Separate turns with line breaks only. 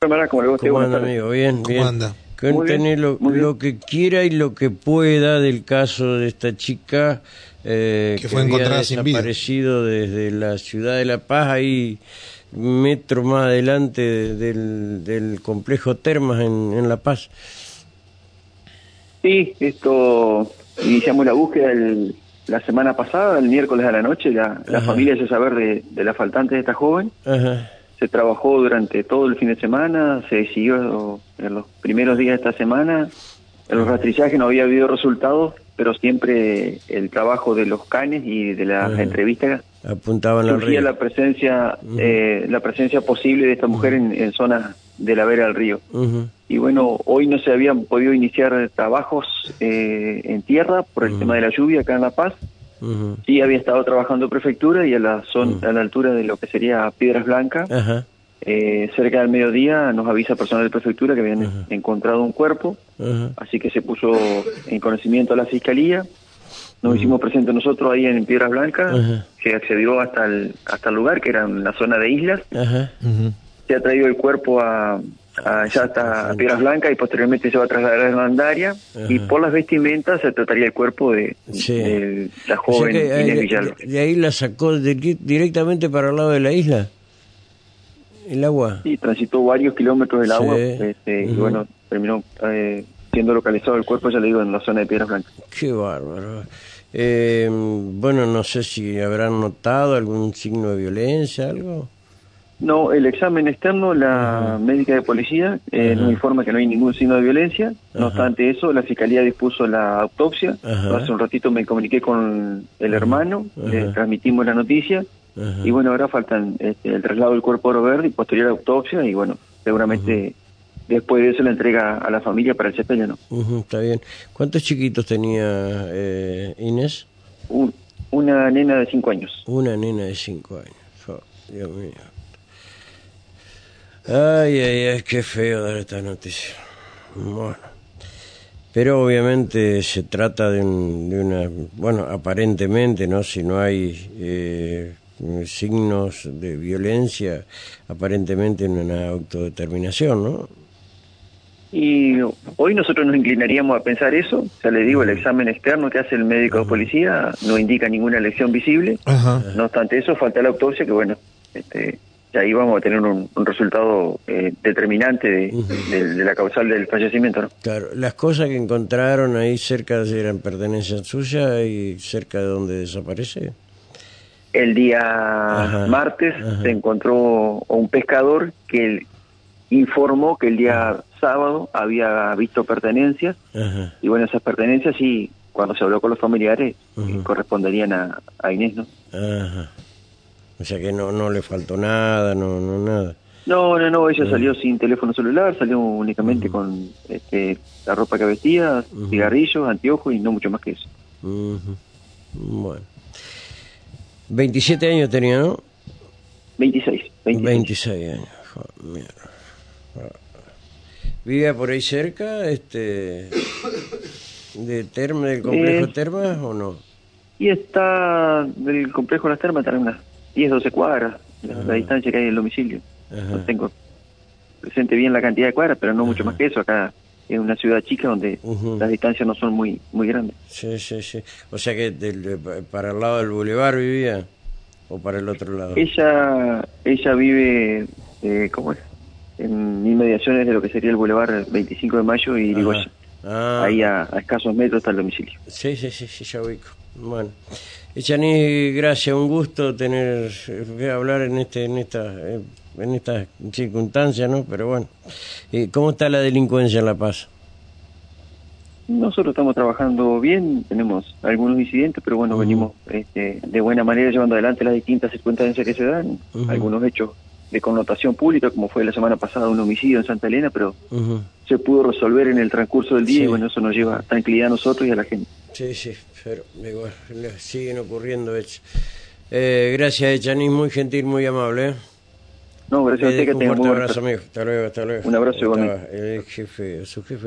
camarada? ¿Cómo le va a usted?
¿Cómo
Buenas
anda,
tardes.
amigo? Bien, bien.
anda?
Cuéntenos
Muy bien,
lo,
muy bien.
lo que quiera y lo que pueda del caso de esta chica eh,
Que fue encontrada
había
sin vida.
desaparecido desde la ciudad de La Paz, ahí metro más adelante del, del complejo Termas en, en La Paz.
Sí, esto iniciamos la búsqueda el- la semana pasada, el miércoles a la noche. La, la
Ajá.
familia hizo saber de, del faltante de esta joven.
Ajá.
Se trabajó durante todo el fin de semana, se decidió en los primeros días de esta semana. En los rastrillajes no había habido resultados, pero siempre el trabajo de los canes y de las
Ajá.
entrevistas
Apuntaban la
surgía
red.
la presencia, eh, la presencia posible de esta mujer en, en zonas de la vera del río.
Ujú.
Y bueno, hoy no se habían podido iniciar trabajos eh, en tierra por el tema de la lluvia acá en La Paz.
Ujú.
Sí había estado trabajando prefectura y a la, zon- a la altura de lo que sería Piedras Blancas,
Ajá.
eh, cerca del mediodía nos avisa personal de prefectura que habían encontrado un cuerpo,
Ajá.
así que se puso en conocimiento a la fiscalía. Nos hicimos presentes nosotros ahí en Piedras Blancas,
Ajá.
se accedió hasta el, hasta el lugar, que era en la zona de islas,
Ajá.
Ujú.
se ha traído el cuerpo a, a- ya hasta a Piedras Blancas y posteriormente se va a trasladar a Hernandaria y por las vestimentas se trataría el cuerpo de,
Sí.
de la
O sea
joven
que ahí-
Inés Villalba.
de, de ahí la sacó de- directamente para el lado de la isla. El agua.
Sí, transitó varios kilómetros del
Sí.
agua este, y
Ujú.
bueno, terminó eh, siendo localizado el cuerpo, ya le digo, en la zona de Piedras Blancas.
Qué bárbaro. Eh, bueno, no sé si habrán notado algún signo de violencia, algo.
No, el examen externo, la médica de policía eh, nos informa que no hay ningún signo de violencia. No obstante eso, la fiscalía dispuso la autopsia.
Ajá.
Hace un ratito me comuniqué con el hermano, le transmitimos la noticia.
Ajá.
Y bueno, ahora faltan este, el traslado del cuerpo a Oro Verde y posterior autopsia. Y bueno, seguramente después de eso la entrega a la familia para el cepellano.
Ujú, está bien. ¿Cuántos chiquitos tenía eh, Inés?
Un- una nena de 5 años.
Una nena de cinco años. Oh, Dios mío. Ay, ay, ay, qué feo dar esta noticia. Bueno. Pero obviamente se trata de, un- de una... Bueno, aparentemente, ¿no? Si no hay eh, signos de violencia, aparentemente una autodeterminación, ¿no?
Y hoy nosotros nos inclinaríamos a pensar eso. Ya le digo, el examen externo que hace el médico de policía no indica ninguna lesión visible.
Ajá.
No obstante eso, falta la autopsia, que bueno, este, ya ahí vamos a tener un, un resultado eh, determinante de, de- de la causal del fallecimiento. ¿no?
Claro, las cosas que encontraron ahí cerca eran pertenencias suyas y cerca de donde desaparece.
El día
Ajá,
martes
ajá.
se encontró un pescador que él informó que el día sábado había visto pertenencias
Ajá.
y bueno, esas pertenencias sí, cuando se habló con los familiares, eh,
Ujú.
corresponderían a, a Inés, ¿no?
Ajá. O sea que no, no le faltó nada, no, no nada.
No, no, no, ella salió sin teléfono celular, salió únicamente con este, la ropa que vestía, cigarrillos, anteojos y no mucho más que eso.
Ujú. Bueno. 27 años tenía, ¿no?
26, 26.
26 años. Joder, mierda. ¿Vivía por ahí cerca, este, de Terma, del complejo
Eh.
Termas o no?
Y está del complejo de las termas, estará unas 10, 12 cuadras, la, la distancia que hay del domicilio. No
Ajá.
tengo presente bien la cantidad de cuadras, pero no mucho más que eso. Acá es una ciudad chica donde
Ujú.
las distancias no son muy muy grandes.
Sí, sí, sí. O sea que del- de- para el lado del bulevar vivía o para el otro lado.
Ella ella vive, eh, ¿cómo es? En inmediaciones de lo que sería el Boulevard 25 de Mayo y
Ajá.
Irigoyen.
Ah,
Ahí a, a escasos metros está el domicilio.
Sí, sí, sí, sí, ya ubico. Bueno, Echaní, gracias, un gusto tener eh, hablar en este, en esta, eh, en estas circunstancias, ¿no? Pero bueno, Eh, ¿cómo está la delincuencia en La Paz?
Nosotros estamos trabajando bien, tenemos algunos incidentes, pero bueno, venimos este, de buena manera llevando adelante las distintas circunstancias que se dan,
Ujú.
algunos hechos de connotación pública, como fue la semana pasada un homicidio en Santa Elena, pero
Ujú.
se pudo resolver en el transcurso del día
Sí.
y bueno, eso nos lleva tranquilidad a nosotros y a la gente.
Sí, sí, pero igual, le siguen ocurriendo hechos. Eh, gracias, Echaní, muy gentil, muy amable. ¿eh?
No, gracias
Le
a usted que
dejo un
tenga muy
Eh, fuerte
buena
abrazo,
tarde.
amigo. Hasta luego, hasta luego.
Un abrazo,
Estaba
igualmente.
El jefe, su jefe